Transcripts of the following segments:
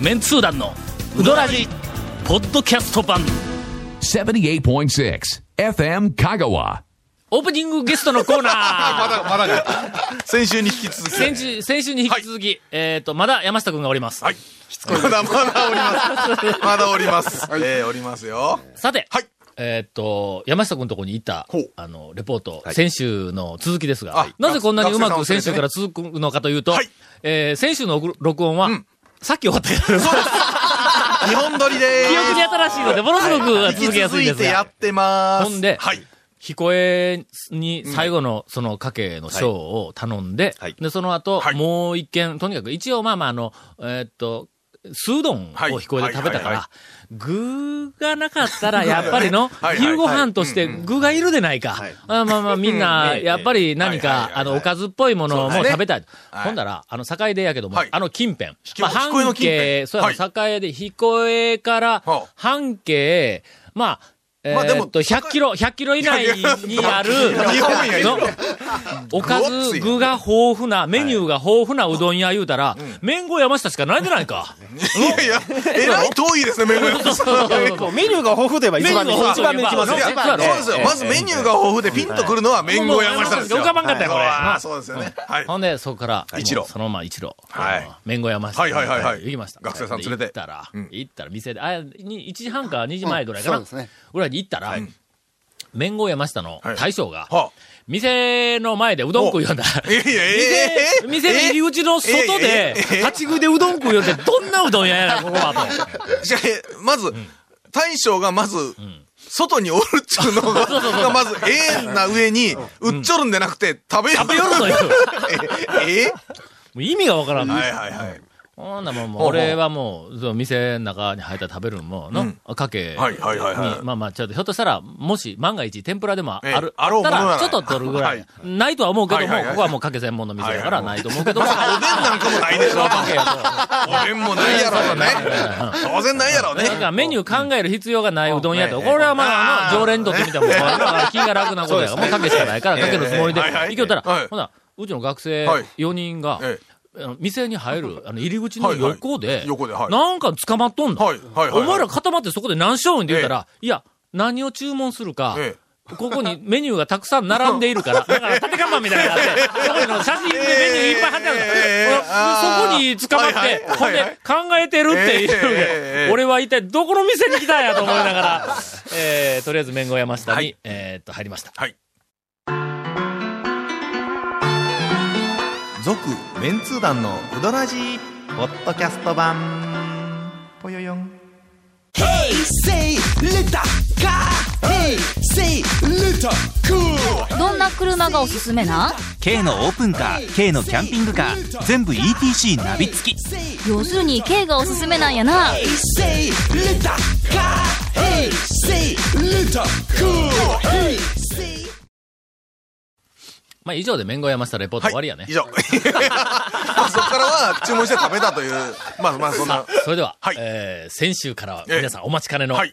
メンツー団のウドラジポッドキャスト版78.6 FM Kagawa. オープニングゲストのコーナ まーだ、まだか。先週に引き続き。先週先週に引き続き、えっ、とまだ山下くんがおります、はい。しつこい。まだ、まだおります。まだおります。えー、おりますよ。さて、はいえっ、と山下くんのとこにいたほうあのレポート、先週の続きですが、あなぜこんなにうま学く生さん先を連れてね週から続くのかというと、はいえー先週の録音は、さっき終わったからそうです。日本撮りで記憶に新しいので、ものすごくす。続きやすいんで引き続いすてやがっ。てます。ほんではい。彦恵に最後のその家計の賞を頼んで、はいで、その後、はいもう一件、とにかく一応まあまああの、えーっと、スうどんを彦恵で食べたかはいはいはいはら、具がなかったら、やっぱりの はいはい、はい昼ご飯として具がいるでないかはい。あまあまあ、みん な、うんやっぱり何はいはいかは、いはいあの、おかずっぽいものそうもですね食べたい。はいほんだら、あの、境出やけどもはい、あの、近辺。き彦恵の近辺そうやはな、い栄で、彦恵からはあ、半径、まあ、えまあでもーっと、100キロ、100キロ以内にある、日本やのよ、おかず、具が豊富な、メニューが豊富なうどん屋言うたら、麺後山下しかないんじゃない か。いやいや、えらい遠いですね、メニューが。そう結構メニューが豊富といえば一番目、メニューが一番目いきますそうよ。豊一富といえばね番目ですよ。まずメニューが豊富でピンとくるのは、メンゴ山下ですよ。もう浮かばんかったよこれああそうですよね。はい。ほんで、そこから、一路もうそのまま一路、はいあの麺後山下はいはいはいはい行きました。学生さん連れて行ったらうん、行ったら店で、あ、に1時半か2時前ぐらいかうなんそうですね。ぐらいに行ったら、麺後山下の大将が、は店の前でうどん食うような。あ。いやいや、ええ店、店の入り口の外で、立ち食いでうどん食うよって、どんなうどん屋やな、ここはと。じゃあまず、大将がまず、外におるっちゅうのが、がまず、ええな上に、うっちょるんでなくて、食べよ食べよるという。ええもう意味がわからん。はいはいはい。ほんならもうもう、俺はもう、その店の中に入ったら食べるのも、の、かけに、はいはいはいはいまあまあ、ちょっと、ひょっとしたら、もし、万が一、天ぷらでもええある、あろうもあのなったら、らちょっと取るぐらい。ないとは思うけども、はいはいはいここはもうかけ専門の店だから、はいはないと思うけども、おでんなんかもないでしょ。かけやとおでんもないやろうね。当然ないやろうね。なんかメニュー考える必要がないうどん屋と、うんこれはまあ、ああーの、常連にとってみたらもう、これは気が楽なことやから、もうかけしかないから、かけるつもりで、ええはいは行いきよったらはい、ほな、うちの学生はい4人が、ええあの店に入る、あの、入り口のはいはい横で、横ではいなんか捕まっとんの。はいはいはおい前ら固まってそこで何商品で言ったら、いや、何を注文するか、ええここに メニューがたくさん並んでいる から、だから縦看板みたいなのがあって、そこにの写真でメニューいっぱい貼ってあるから、 ええほらそこに捕まって、はいはいほんではいはい考えてるっていう、ええ俺は一体どこの店に来たんやと思いなが ら、えー、とりあえず麺後山下に、はいえーっと、入りました。はい。続メンツー団のウドラジーポッドキャスト版ぽよよんどんな車がおすすめなん K のオープンカー K のキャンピングカー全部 ETC ナビ付き要するに軽がおすすめなんやなまあ、以上で麺後山下レポートはい。終わりやね以。上。ま あそこからは注文して食べたという、まあまあそんな。それでは、はいえー先週からええ皆さんお待ちかねの、はい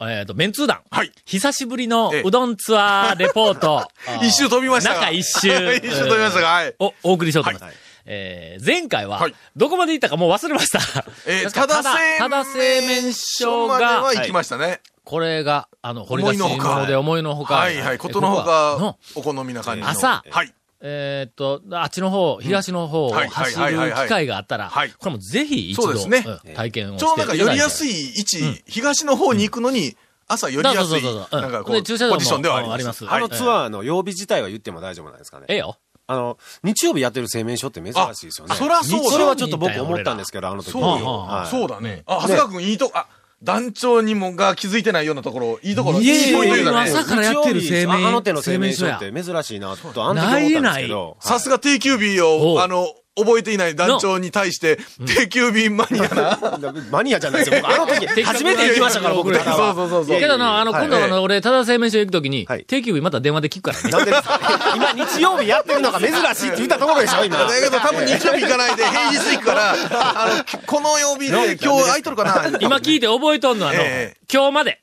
えーっと、メンツー団、はい久しぶりのええうどんツアーレポート 、一周飛びましたが中一周。 一周飛びましたが、はい。をお送りしようと思います。はいえー前回は、はいどこまで行ったかもう忘れました。えー、 確かただただ製麺所がまでは、行きましたね。これが、あの、掘り出し物で思いのほか。はいはい。ことのほえここはかの、お好みな感じの。朝はい。えーっと、あっちの方、東の方をはい走はいるはいはいはい機会があったら、はいこれもぜひ一度、そうですねうん体験をしてちょうどなんか寄りやすい。い位置、東の方に行くのに、朝寄りそうそうそやすうい、そう。なんかこう、でポ駐ジ車シ場もョンではうんあありりま。ますす。はあいの。ツアーの曜日自体は言っても大丈夫なんですかね。ええよ。あの、日曜日やってる製麺所って珍しいですよね。あそらそうだそれはちょっと僕思ったんですけど、あの時。そううんうんよは。いそうだね。あ、長谷川君いいとこ、あ、団長にもが気づいてないようなところ、いいところ、いえいえいいポイント言うたまねさ。朝からやってる製麺日曜日ああの手の製麺所っ製て珍しいなと、あの時思ったんですけど。さすが。が定休日おうを、あの、覚えていない団長に対して、定休日マニ アな。マニアじゃないですよ。僕あの時、初めて行きましたから、僕らは。そうそうそうそういやいけやいどやな、あの、はい今度あの、俺、ただ製麺所行くときにはい、定休日また電話で聞くからね。なんでですか今、日曜日やってるのが珍しいって言ったところでしょ、今。だけど多分日曜日行かないで、平日行 くから、あの、きこの曜日で今日空いとるかな。今聞いて覚えとんのは、あのええ、今日まで。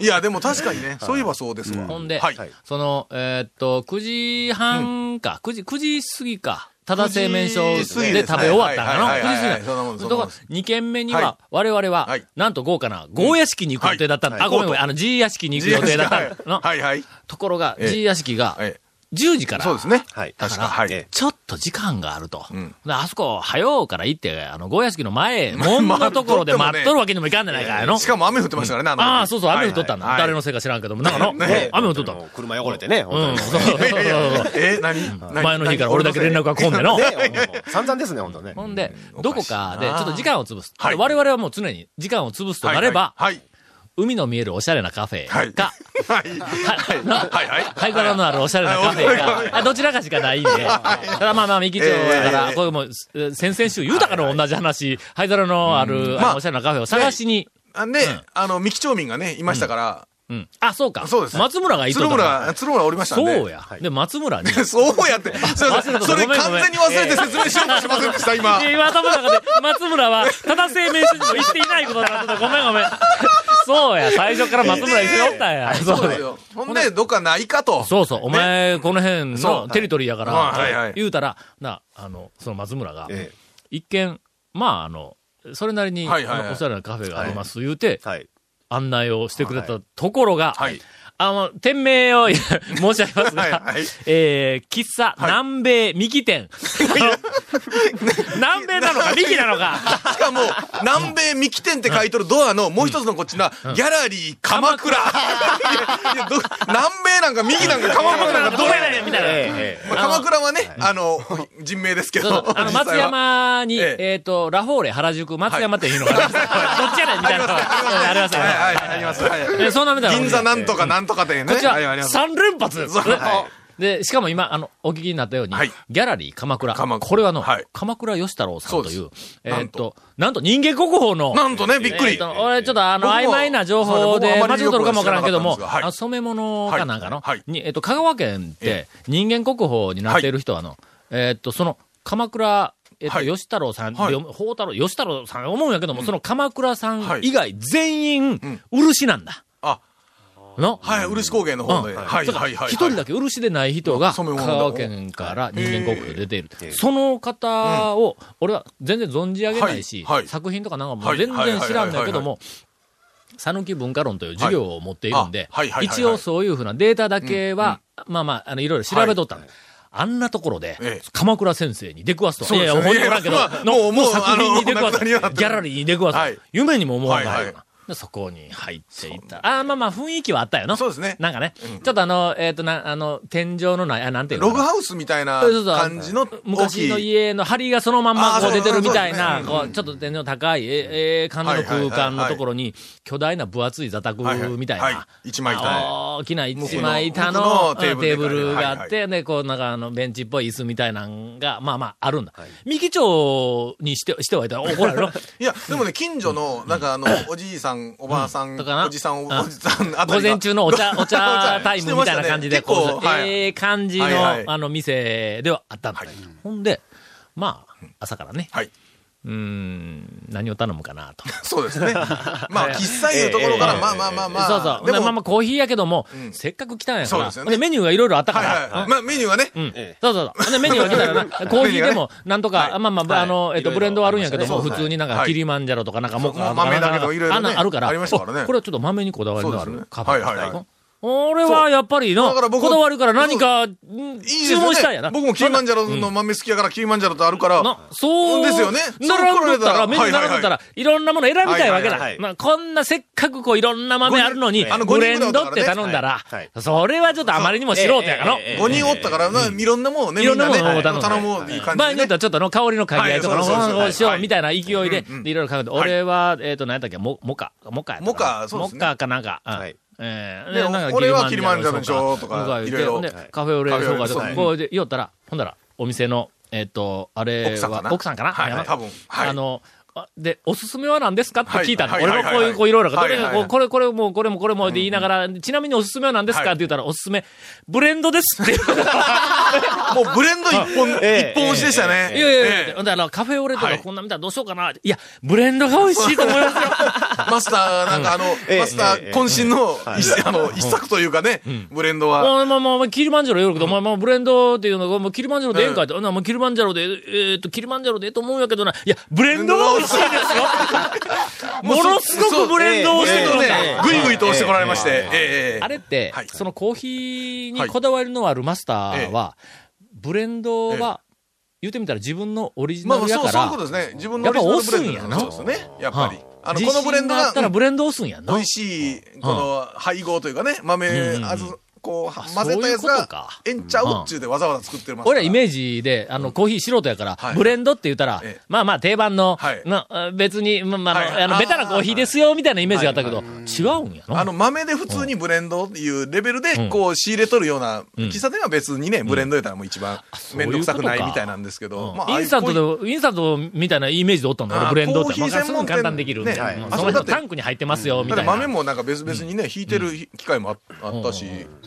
いや、でも確かにね、そういえばそうですわ。ほんで、はい。その、えーっと、9時半か、9時、9時過ぎか、ただ製麺所で食べ終わったんかな。はいはいはいは9時過いぎそんなもんそんなだもかんら、2軒目にはは、我々は、はいなんと豪華な、豪屋敷に行く予定だったんだ。はいあ、ごめんごめん、あの、G 屋敷に行く予定だったの。はいはい。ところが、ええ G 屋敷が、え10時かえら。そうですね。はい確だかか。らはい。えちょっと時間があると。んであそこ、早うから行って、あの、ゴーヤ式の前、門のところでまあ待っとるわけにもいかんじゃないかやの。しかも雨降ってましたからね、の時ああ、そうそう、雨降っとったんだ。はいはい誰のせいか知らんけども、なんかの、ね雨降っとったの。もう車汚れてね、う本ん、そうそうそういやいやいそやう。え、何何前の日から俺だけ連絡が来んでの当。に。ね、ほんと 散々ですね、本当ね。ほんで、どこかで、ちょっと時間を潰す。はい我々はもう常に時間を潰すとなれば、はい。海の見えるおしゃれなカフェか、はいはい。はい、はいはいハイカラのあるおしゃれなカフェが、あどちらかしかないんで、ただまあまあ、三木町だから、ええこれも、え先々週、豊かの同じ話、ハイカラのある、あのまあおしゃれなカフェを探しに、あで、あの、三木町民がね、いましたから、うん。あ、そうか。そうです松村がいと鶴ったから村、鶴村おりましたんで。そうや。で、松村 に。そうやって。そうやって忘れたそれごめんごめん完全に忘れて説明しようとしませんでした、今。で今頭の中で、松村は、ただ生命所にも行っていないことになってた。ごめんごめん。そうや、最初から松村一緒におったんや。そうそだうですよ。ほんで、どっかないかと。そうそう、お前、この辺そうのテリトリーやかはいはいはらい、言うたら、な、あの、その松村がええ、一見、まあ、あの、それなりに、はいはいはいあのおしゃれなカフェがあります、言うて、はい。案内をしてくれたところが、はい。あの、店名を 申し上げますはいがはい、えー、喫茶、南米右店。南米なのか、右なのか。しかも、南米三木店って書いとるドアのもう一つのこっちな、ギャラリー鎌倉。いや いやど南米なんか 右なんか鎌倉なんかどどれれやねんみたいな。ええ、まあ鎌倉はね、あの、人名ですけそうそうど。あの、実際は松 山に、ええっ、えと、ラフォーレ原宿、松山っていうのがあります。どっちやねんみたいな。ありますよね。はいはい、あります。はいえそんなみたいな。銀座なんとかなんとか店ね。こっちははいあります3連発です、そうはで、しかも今、あの、お聞きになったように、はいギャラリー鎌倉。鎌倉これはあの、はい鎌倉義太郎さんといそうう、えーっなんと、なんと人間国宝の、なんとね、びっくえーり。と俺、ちょっとあの、僕も曖昧な情報そうでで、す僕間もあま違りっとるかもわからんけども、よくは知らなかったんですがはあい染め物かなんかの、はいはいにえっと、香川県って、人間国宝になっている人は、あの、えっと、その、鎌倉、えっと、はい吉太郎さん、はいよ宝太郎、吉太郎さん思うんやけども、その鎌倉さはんい以外全員、漆なんだ。あ、の、はい、漆工芸の方で。うんはい、だからはい、はい。一人だけ漆でない人が、香染め物だ川県から人間国宝で出ている。その方を、俺は全然存じ上げないし、はいはい作品とかなんかも全然知らんだけども、讃岐文化論という授業を持っているんであはいはいはいは、い一応そういうふうなデータだけは、まあまあ、あの、いろいろ調べとったの。あんなところでええ、鎌倉先生に出くわすとは。そうですよねいやいや、本当だけど、いやものうもうの作品に出くわすあのお亡くなりになったギャラリーに出くわすとはい夢にも思わないような。はいはでそこに入っていった。あーまあまあ、雰囲気はあったよな。そうですね なんかね、ちょっとあの、えっ、と、な、あの、天井のない、あ、なんていうのログかなハウスみたいなそうそうそう感じの大きい。昔の家の梁がそのまんまこあうー出てるみたいそうな、そうそうこう、ちょっと天井の高い、ええ、ええ感じの空間のところに、巨大な分厚い座卓はいはいみたいはいな。一枚板大きな一枚板木ののテ木のテーーブブルルががあるあって、で、こう、なんかあの、ベンチっぽい椅子みたいなのが、まあまあ、あるんだ。三木町にして、してはいたら怒られるの。いや、でもね、近所の、なんかあの、おじいさん、おばあさん、とかなおじさん、おじさん、あた午りが前中のお 茶、お茶タイムみたいな感じで、してましたねこ結う、構はいええ感じの、はいはいあの、店ではあったんだ、ほんで、まあ、朝からね、はい。うーん、何を頼むかなと。そうです ね。まあ、喫茶いうところから、ええまあまあまあまあ。そうそう。ほんででも、まあまあ、コーヒーやけども、んせっかく来たんやかそうら、ですよねほんでメニューがいろいろあったかはいら、はいはい。まあ、メニューはね、うんええそうそうそう。ほんで、メニューが来たら な、コーヒーでも、なんとはいか、あまあまあ、あの、えっと、いろいろブレンドはあるんやけども、ありましたね普通になんはか、いキリマンジャロとかなんか、モッカとか豆だけどいろいろねあんなんあるから、ありましたからねおこれはちょっと豆にこだわりのあそうでするねカバーはいはいは俺はやっぱりの、そうだから僕こだわるから何か、んいいです注よ文したんやねな。。僕もキリマンジャロの豆好きやから、キリマンジャロとあるから、な、そう。ですよね並んどったら、それ怒られたらメニュー並んどったら、いろんなもの選びたいわけはだいはいは。いまあ、こんなせっかくこう、いろんな豆あるのに、ごあのブレンドってご人ぐらいだからね頼んだらはい、それはちょっとあまりにも素人やからのええええええええ5人おったから、まあいろんなもんをね、いろんなものみねを頼んだ頼もういい感場合じによでってね。はちょっとあの香りの嗅ぎ合いとかの、はいそうそうそううんしよはういみたいな勢いで、うんうんでいろいろ考えて、俺は、えっ、と、何やったっけ、モモカ、モカやったかなモカそうですねモカかなんか。うんはいえーででなんか俺はキリマンジャロキリマンジャロとかそう言うていろいろではいカフェオレカフェオ紹レ介とそか、うこうで、言おったら、ほんだら、お店の、えっ、と、あれ奥さんかは、な奥さんかなはいはやいば多分はいあの、あで、おすすめは何ですかって聞いたの。はい俺もこう、はいいうこういろいろ、どはいれがはいこはう、いこれ、これも、これも、これも、で言いながら、ちなみにおすすめは何ですかはいって言ったら、おすすめ、ブレンドですって。もうブレンド一本、ええ一本押しでしたね。いやいやいえや、えほんであの、カフェオレとはかいこんな見たらどうしようかな。いや、ブレンドが美味しいと思いますよ。 マスター、なんかあの、ええマスタえーえ渾身の一、あの、一作というかね、ブレンドは。もう、もう、もう、もうキリマンジャロよるけど、もう、もう、ブレンドっていうのが、もう、キリマンジャロでええんかいって、うん、もう、キリマンジャロで、えーっと、キリマンジャロでええと思うんやけどな、いや、ブレンドが美味しいです よものすごくブレンドをしてくるんだ。ええぐいぐいと押してこられまして、ええええあれって、はいそのコーヒーにこだわりのあるマスターは、ブレンドは、言うてみたら自分のオリジナまあまルあ、やそう、かそういら、うことですね。自分のオリジナルブレやっぱ押すんンドやなそうですね。やっぱりは。あの、このブレン自ド信があがっ、たらうんブレンド押すんやな。美味しい、この配合というかね、豆、あず、こあう、混ぜたやつそういうことがか、えんちゃうっちゅうでわざわざ作ってますから。俺らイメージで、あの、コーヒー素人やから、はいブレンドって言ったら、ええまあまあ定番の、はいなあ別に、まあまあ、はいあの、あーベタなコーヒーですよ、みたいなイメージがあったけど、違うんやな。あの、豆で普通にブレンドっていうレベルうでん、こう、仕入れとるような、ん喫茶店は別にね、ブレンドやったらもう一番そういう面ことか倒くさくないみたいなんですけうどん、ああイいうンスタントで、インスタントみたいなイメージでおったんだ、俺、あブーレンドっコーて。ヒーまあす専ぐ門店簡単できるんで。ねはいうんあそそうのだってタンクに入ってますよ、みだったてい豆な。もなんか別々にね、引いてる機会もああったし。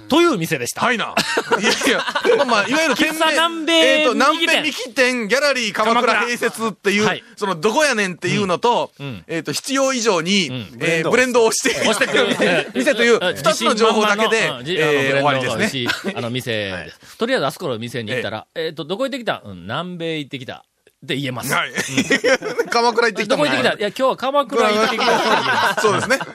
という店でした。はいな。いやいや、まあまあ、いわゆる喫茶南米えっと、南右米店三木店、ギャラリー、鎌鎌倉倉併設っていう、はいその、どこやねんっていうのと、んえっと、必要以上に、んえーブレンドをして、押してくれ る店という、ん二つの情報だけで、うんじえー終あわのりブレンドでがす美ね味。しい、あの店です、とりあえずあそこの店に行ったら、えっ、と、どこ行ってきたうん、南米行ってきた。って言えます。はい。鎌倉行ってきどたこもん行ってきたいや、今日は鎌鎌倉行ってきた。倉そうですね。今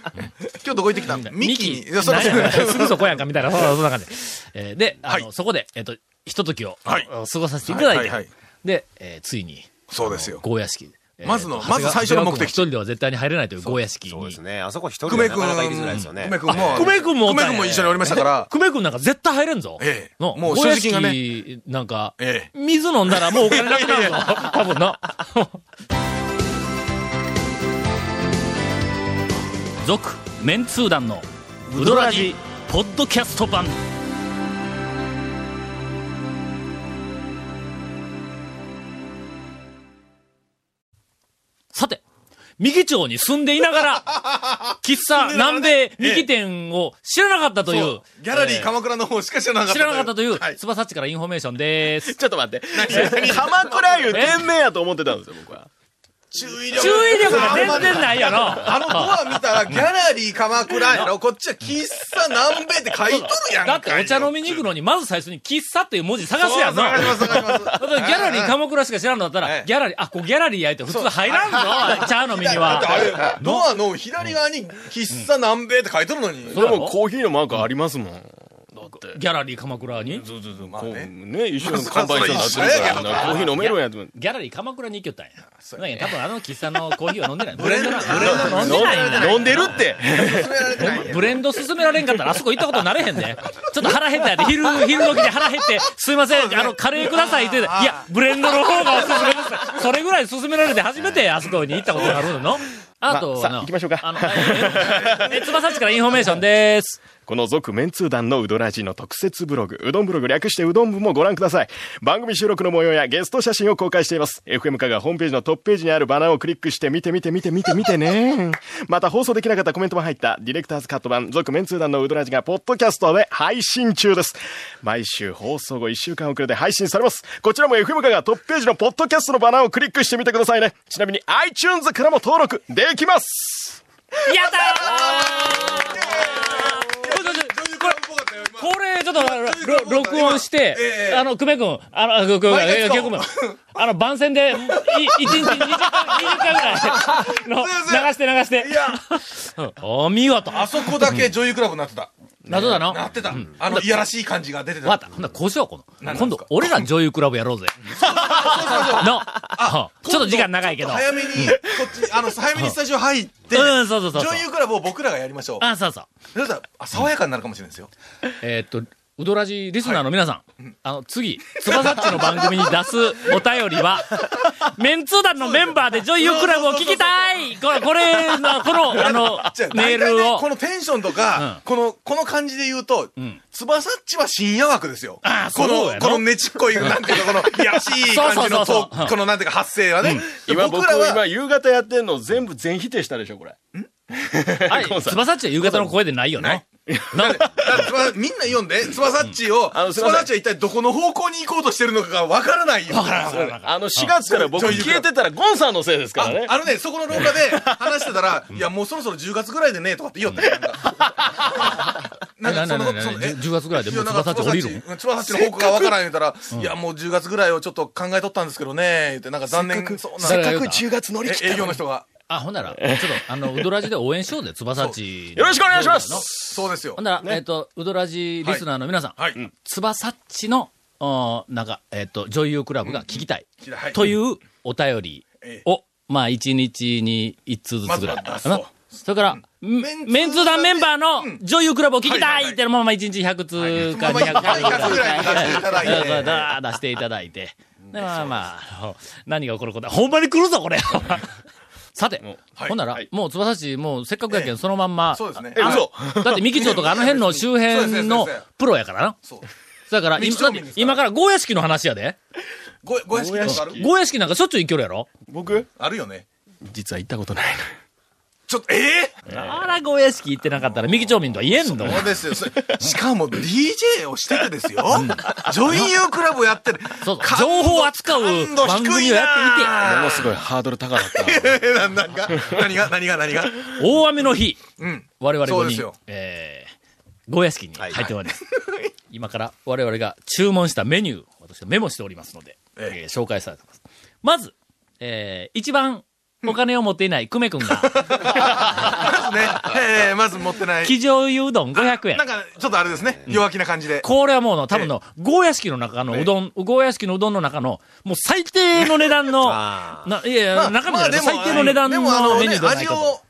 日どこ行ってきたミキに。いやそならん やすぐそこやんか、みたいな、そんなそんな感じ。えーで、あの、はいそこで、えっ、と、ひとときを、はい過ごさせていただいて、はいはいはいで、えーついに、そうですよ。ゴー屋敷。えーまずの長谷川まず最初の目長谷川君は的地一人では絶対に入れないというゴー屋敷そうでにす。ね。あそこ一人久では米君、なかなか行きづらいですよね。久米君も、久米君もおったん久米や君も一緒におりましたから、久米君なんか絶対入れんぞ。ええのもうゴーヤ所持金が敷なんか、え水飲んだらもうお金なくなるぞ。 多分な。続、メンツー団の、ウドラジ、ポッドキャスト版。さて、右町に住んでいなが ら、喫茶南米右店を知らなかったといそうう、ギャラリえーー鎌倉の方しか知らなかった。 知らなかったというは、つばさっちからインフォメーションでー す。ちょっと待って。鎌倉湯天然やと思ってたんですよ、僕は。注意注力。意力が全然ないやろ。あのドア見たら、ギャラリー鎌 倉やろ、こっちは喫茶南米って書いとるやんかだってお茶飲みに行くのに、まず最初に喫茶という文字探すやんの。探します、探しだまっす。てギャラリーはい鎌倉しか知らんのだったはら、いギャラリー、あ、こうギャラリーやいて普通入らん ぞ、茶飲みにだってあは。れ、ドアの左側に喫茶南米って書いとるのに。それもコーヒーのマークありますもん。だって。ギャラリー鎌倉にずずず、こあうねね、一緒に乾杯してなってるから、コーヒー飲めるんやと思って。ギャラリー鎌倉に行きよったんや。なんや、多分あの喫茶のコーヒーは飲んでない。ブレンドなブレンド飲んでないんだ飲んでるってブレンド勧められんかったらあそこ行ったことになれへんね。ちょっと腹減ったやで、昼、昼時で腹減って、すいません、あの、カレーくださいって言って、いや、ブレンドの方がおすすめです。それぐらい勧められて初めてあそこに行ったことになるの。あと、さああの行きましょうかあの、え、え翼っちからインフォメーションです。この続メンツー団のうどらじの特設ブログ、うどんブログ略してうどん部もご覧ください。番組収録の模様やゲスト写真を公開しています。FM カがホームページのトップページにあるバナーをクリックして見て見て見て見て見てね。また放送できなかったコメントも入ったディレクターズカット版続メンツー団のうどらじがポッドキャストで配信中です。毎週放送後1週間遅れで配信されます。こちらも FM カがトップページのポッドキャストのバナーをクリックしてみてくださいね。ちなみに iTunes からも登録できます。やったーちょちょちょ女優クラブっぽかったよ今これ、ちょっと、ろ録音しえて、えあの、久米君、あの、久米毎回そう君、あの、番宣で、い一日20回、20回ぐらいの、すいま流して流してい。や、お見事。あそこだけ女優クラブになってた。謎だなっな。てた。あの、いやらしい感じが出てわかた。った。ほんならこうしよう、この。何今なん度ですか、俺ら女優クラブやろうぜ。の、うんちょっと時間長いけど。早めに、こっちに、あの、早めにスタジオ入って、うん、そうそうそうそう。女優クラブを僕らがやりましょう。あ、そうそう。そしたら、あ爽やかになるかもしれないですよ。えーっと、ウドラジリスナーの皆さん、あの、次、つばさっちの番組に出すお便りは、メンツー団のメンバーで女優クラブを聞きたいこれ、これの、この、あのじゃあ、メ大ー体ルねをこ。のテンションとか、この、この感じで言うと、つばさっちは深夜枠ですよ。あーそうこのや、なこのねちっこい、なんていうの、この、いやらしい感そうそじのうそトうそうーク、この、なんていうか、発声はね。で今僕僕ら今は、夕方やってんの全部全否定したでしょこれあれ、つばさっちは夕方の声でないよね。な だからつばみんな読んで、つばさっちをあの、すついませんばさっちは一体どこの方向に行こうとしてるのかがわからないよ。あの4月から僕女優消えてたらゴンさんのせいですからねああのね、そこの廊下で話してたら、いや、もうそろそろ10月ぐらいでね、とかって言おったよ。えなになになになんかなんか、その、その、なにじゅ10月ぐらいでもうやなんか翼っち降りる翼っち翼っちの方向がわからん言うたら、いや、もう10月ぐらいをちょっと考えとったんですけどね、言って、なんか残念、そうなんせっかだく月乗え営業の人が、あ、ほんなら、ちょっと、あの、ウドラジで応援しようぜ、つばさっち。よろしくお願いしますそうですよほん。なら、えっと、ウドラジリスナーの皆さん、はい。つばさっちの、おなんか、えっと、女優クラブが聞きたいうんはい。というお便りを、まあ、1日に1通ずつぐらい。まずはかなそうそれから、メンツー団メンツー団メンバーの女優クラブを聞きたいってのまま1日100通かはい200通まあまあ100ぐらい出していただいてうんそうだ出していただいて。で、まあまああの、何が起こることは、ほんまに来るぞ、これ。 さて、はいほんなら、はいもう、つばさち、もう、せっかくやけん、そのまんま。そうですねえ。嘘だって、三木町とかあの辺の周そうです辺ねのそうですねプロやからな。そう。だから、三木今町だっ民てですから今からゴーヤ式の話やで。ご、ご屋敷とかあるゴーヤ式なんかしょっちゅう行きよるやろ。僕あるよね。実は行ったことないちょっと、えあら、ゴーヤ式行ってなかったら、三木町民とは言えんのー。そうですよ。それしかも DJ をしててですよ。女優クラブやってる。そうそう情報を扱う感度番組低いをなやっのものすごいハードル高かったえー、なんなんか、何が、何が、何が。てみて、大雨の日、うん。我々そう5です人よ、えー、ゴーヤ式に入っております。今から我々が注文したメニュー、私がメモしておりますので、えええー紹介されてます。まず、えー、一番お金を持っていない久米くんが、まずね、えー、まず持ってない。生醤油うどん500円なん。か、ちょっとあれですね。弱気な感じで。これはもうの、多分の、ゴーヤ式の中のうどん、ゴーヤ式のうどんの中の、もう最低の値段 の、ないやいや、中身じゃない最低の値段でもあのメニュねーではない味かをと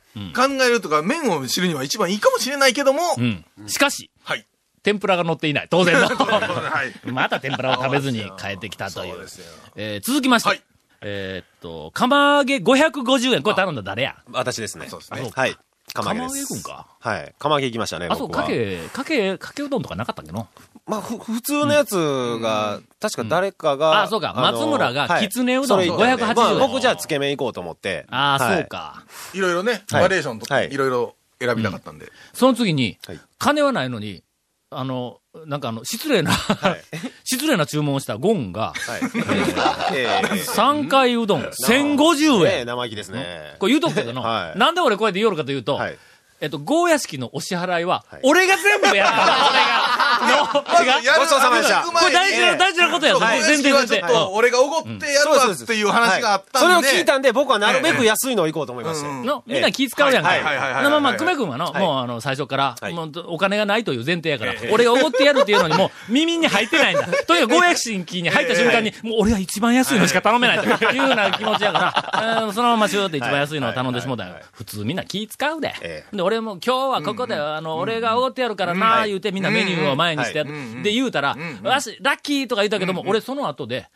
思考えるとか、麺を知るには一番いいかもしれないけども、う。うん。しかし、はい。天ぷらが乗っていない。当然 の。はい。 また天ぷらを食べずに帰ってきたといそううですよ。えー続きまして、はいえーっと、釜揚げ550円。これ頼んだ誰や 私ですね。そうですねあそうはい。釜揚げで釜す。揚げくんか。はい。釜揚げ行きましたね。あ、そう、僕はか。け、かけ、かけうどんとかなかったっけのまあ、ふ普通のやつが、確か誰かが。あそうかの松村がはいきつねうどんそれ以外で580まあ円僕じゃあ、つけ麺行こうと思って。ああ、はいそう。か。いろいろね、はいバリエーションとか、はいいろいろ選びたかったんで。その次に、はい金はないのに、あの、なんかあの、失礼な、 失礼な注文をしたゴンが、はい。ええ3回うどん、1050ねえ円。生意気ですね。これ言うとくけどの、はいなんで俺こうやって言おるかというと、はい。えっと、ゴーヤ式のお支払いは、はい俺が全部 やったから、俺が。の、俺が。ごちそうさまでしたここれ大事な、大事なことやぞ、はい、全然全ちょ然っ。と、俺がおごってやるわっていう話があったんで。はいそれを聞いたんで、僕はなるべく安いのを行こうと思いまして。うんの、みんな気使うやんか。はいはいはいはいのまあまあ、久米君はの、はいもうあの、最初から、はいもうお金がないという前提やから、俺がおごってやるっていうのにもう耳に入ってないん だ。とにかく、合約新規に入った瞬間に、もう俺は一番安いのしか頼めないというような気持ちやから、うんそのまましようって一番安いのを頼んでしもうたんや普通みんな気使うでえ。で、俺も今日はここで、あの、俺がおごってやるからな、言うてみんなメニューを前にしてやって、で、言うたら、わし、ラッキーとか言うたけども、俺その後で、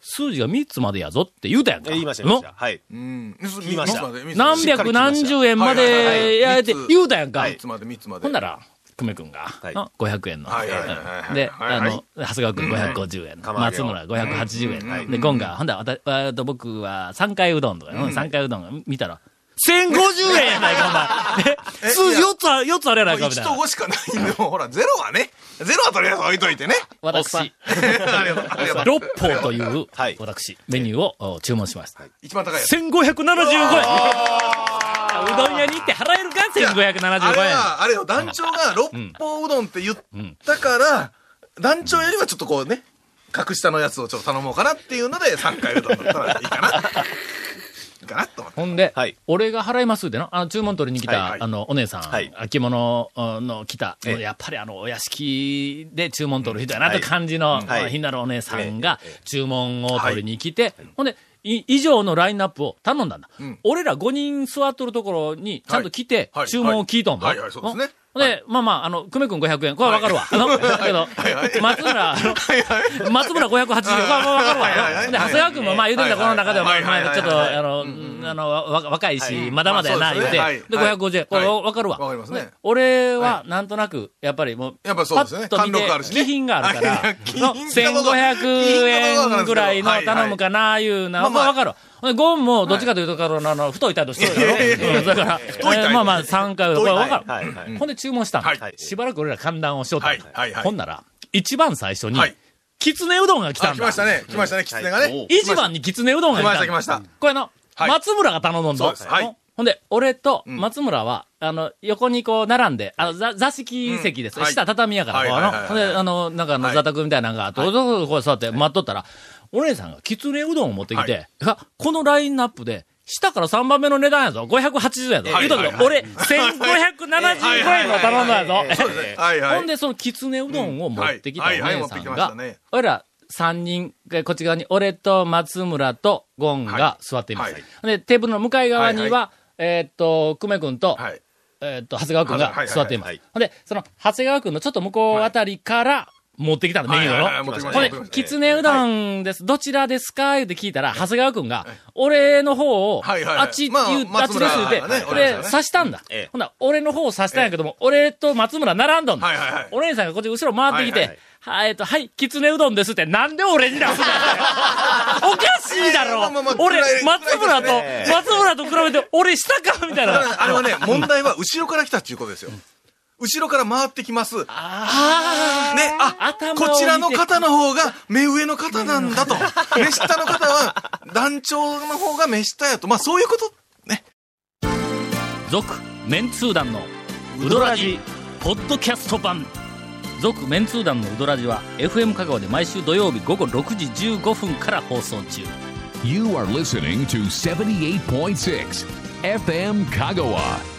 数字が3つまでやぞって言うたやんか。え言いました、言いましのた。はい。うん。いました何百何十円までやれて言うたやんか。 3つまで、3つまで。ほんなら、久米くんが、いの500円の。はいはいはいはいで、はいあはいの、長谷川くん550円。釜揚げ松を村580は円。いで、ゴンが、ほんだらわた、わと僕は3回うどんとか、3回うどん見たら、1050円やないか、お前。え、数字4つあ、四つあれやないか、みた1いとな。 5しかないんで、もうほら、ゼロはね、ゼロはとりあえず置いと いてね。私、ありがとう、ありがとう。六方というはい、私、メニューをお注文しました。一番高いやつ。 1575円。うどん屋に行って払えるか、あれ1575円。は、あれよ、団長が六方うどんって言ったから、団長よりはちょっとこうね、格下のやつをちょっと頼もうかなっていうので、3回うどんだったらいいかな。いいかなと思って。ほんで、はい俺が払いますっての、あの、注文取りに来た、はいはいあの、お姉さん、はい着物の来た、ええやっぱりあの、お屋敷で注文取る人やなはとい感じの、はいひんなるお姉さんが、注文を取りに来て、ほんで、い以上のラインナップを頼んだんだ。俺ら5人座っとるところに、ちゃんと来て、はいはい注文を聞いとんの、はいはいそうですねうんで、まあまあ、あの、久米君500円。これはわかるわ。あの、だけど、松村、あの松村580円。これはわかるわはいはいは。いで、長谷川君も、まあ言うてみたらこの中では、まはあいはいまあ、ちょっと、はいあの、あの、わ若いはし、いまだまだやな、ま言うあそうて。ですねで、はい550円。これはいわかるわ。わかりますねで俺はは、なんとなく、やっぱりもう、やっぱそうですよねパッと見て貫禄あるしね気品があるかはいら、いやの 気品が僕は1500円ぐらいの頼むかな、いうな。はいはいまあわかるわ。ほんでゴンも、どっちかというと、あのあの、太い態度してるやろいやいやいやうんだから、太い態え度ーまあまあ、3回、これわかる。はいはいほんで注文したん、はいしばらく俺ら観覧をしようと、はいはいはいほんなら、一番最初にはい、きつねうどんが来たあん来だ。ましたね。来ましたね。キツネがね。一番にきつねうどんが来たんだ。来ました来ましたこれの、はい松村が頼んだんだそうですはいほんで、俺とん松村は、あの、横にこう並んで、あの、ざ座席席です。うんはい下畳やから、はいこうあのはいはいほはんいで、あの、なんかあのはい座卓みたいなのがあって、どうぞこう座って待っとったら、お姉さんがきつねうどんを持ってきて、あこのラインナップで、下から3番目の値段やぞ。580円やぞ。はい言うとくけど、は俺、1575円の頼んだ やぞ。はいはい。ほんで、そのきつねうどんを持ってきたおはいはいはい姉さん持ってきましたがね、俺ら3人、えこっち側に俺と松村とゴンがはい座っています。はいで、テーブルの向かい側には、はいはえーっと、久米君と、はい。えーっと、長谷川君はいはがいはい座っています。はいほんで、その長谷川君のちょっと向こうあたりから持ってきたの、メニュはいはいはいー持ってきの。ましほたんねで、きつねうどんです。どちらですかって聞いたら、長谷川君が、俺の方を、はいはいはいあっち、まあ言うあっち松です言う村て、がね俺、俺ですよね刺したんだ。ええほんなら俺の方を刺したんやけども、俺と松村並んどんだ。はいはいはいお姉さんがこっち後ろ回ってきて、ははいいえっと、はい、きつねうどんですって、なんで俺に出す んだよおかしいだろ、ええまあまあまあ俺辛、い松村と、辛い松村と比べて、俺下かみたいたな。 だあれ はね、問題は後ろから来たっていうことですよ。後ろから回ってきます。ね、ああ、頭を見てこちらの方の方が目上の方なん だと。目下の方は団長の方が目下やと。まあそういうこと。ね。続メンツー団のウドラジポッドキャスト版続メンツー団のウドラジは FM 香川で毎週土曜日午後6時15分から放送中 You are listening to 78.6 FM Kagawa.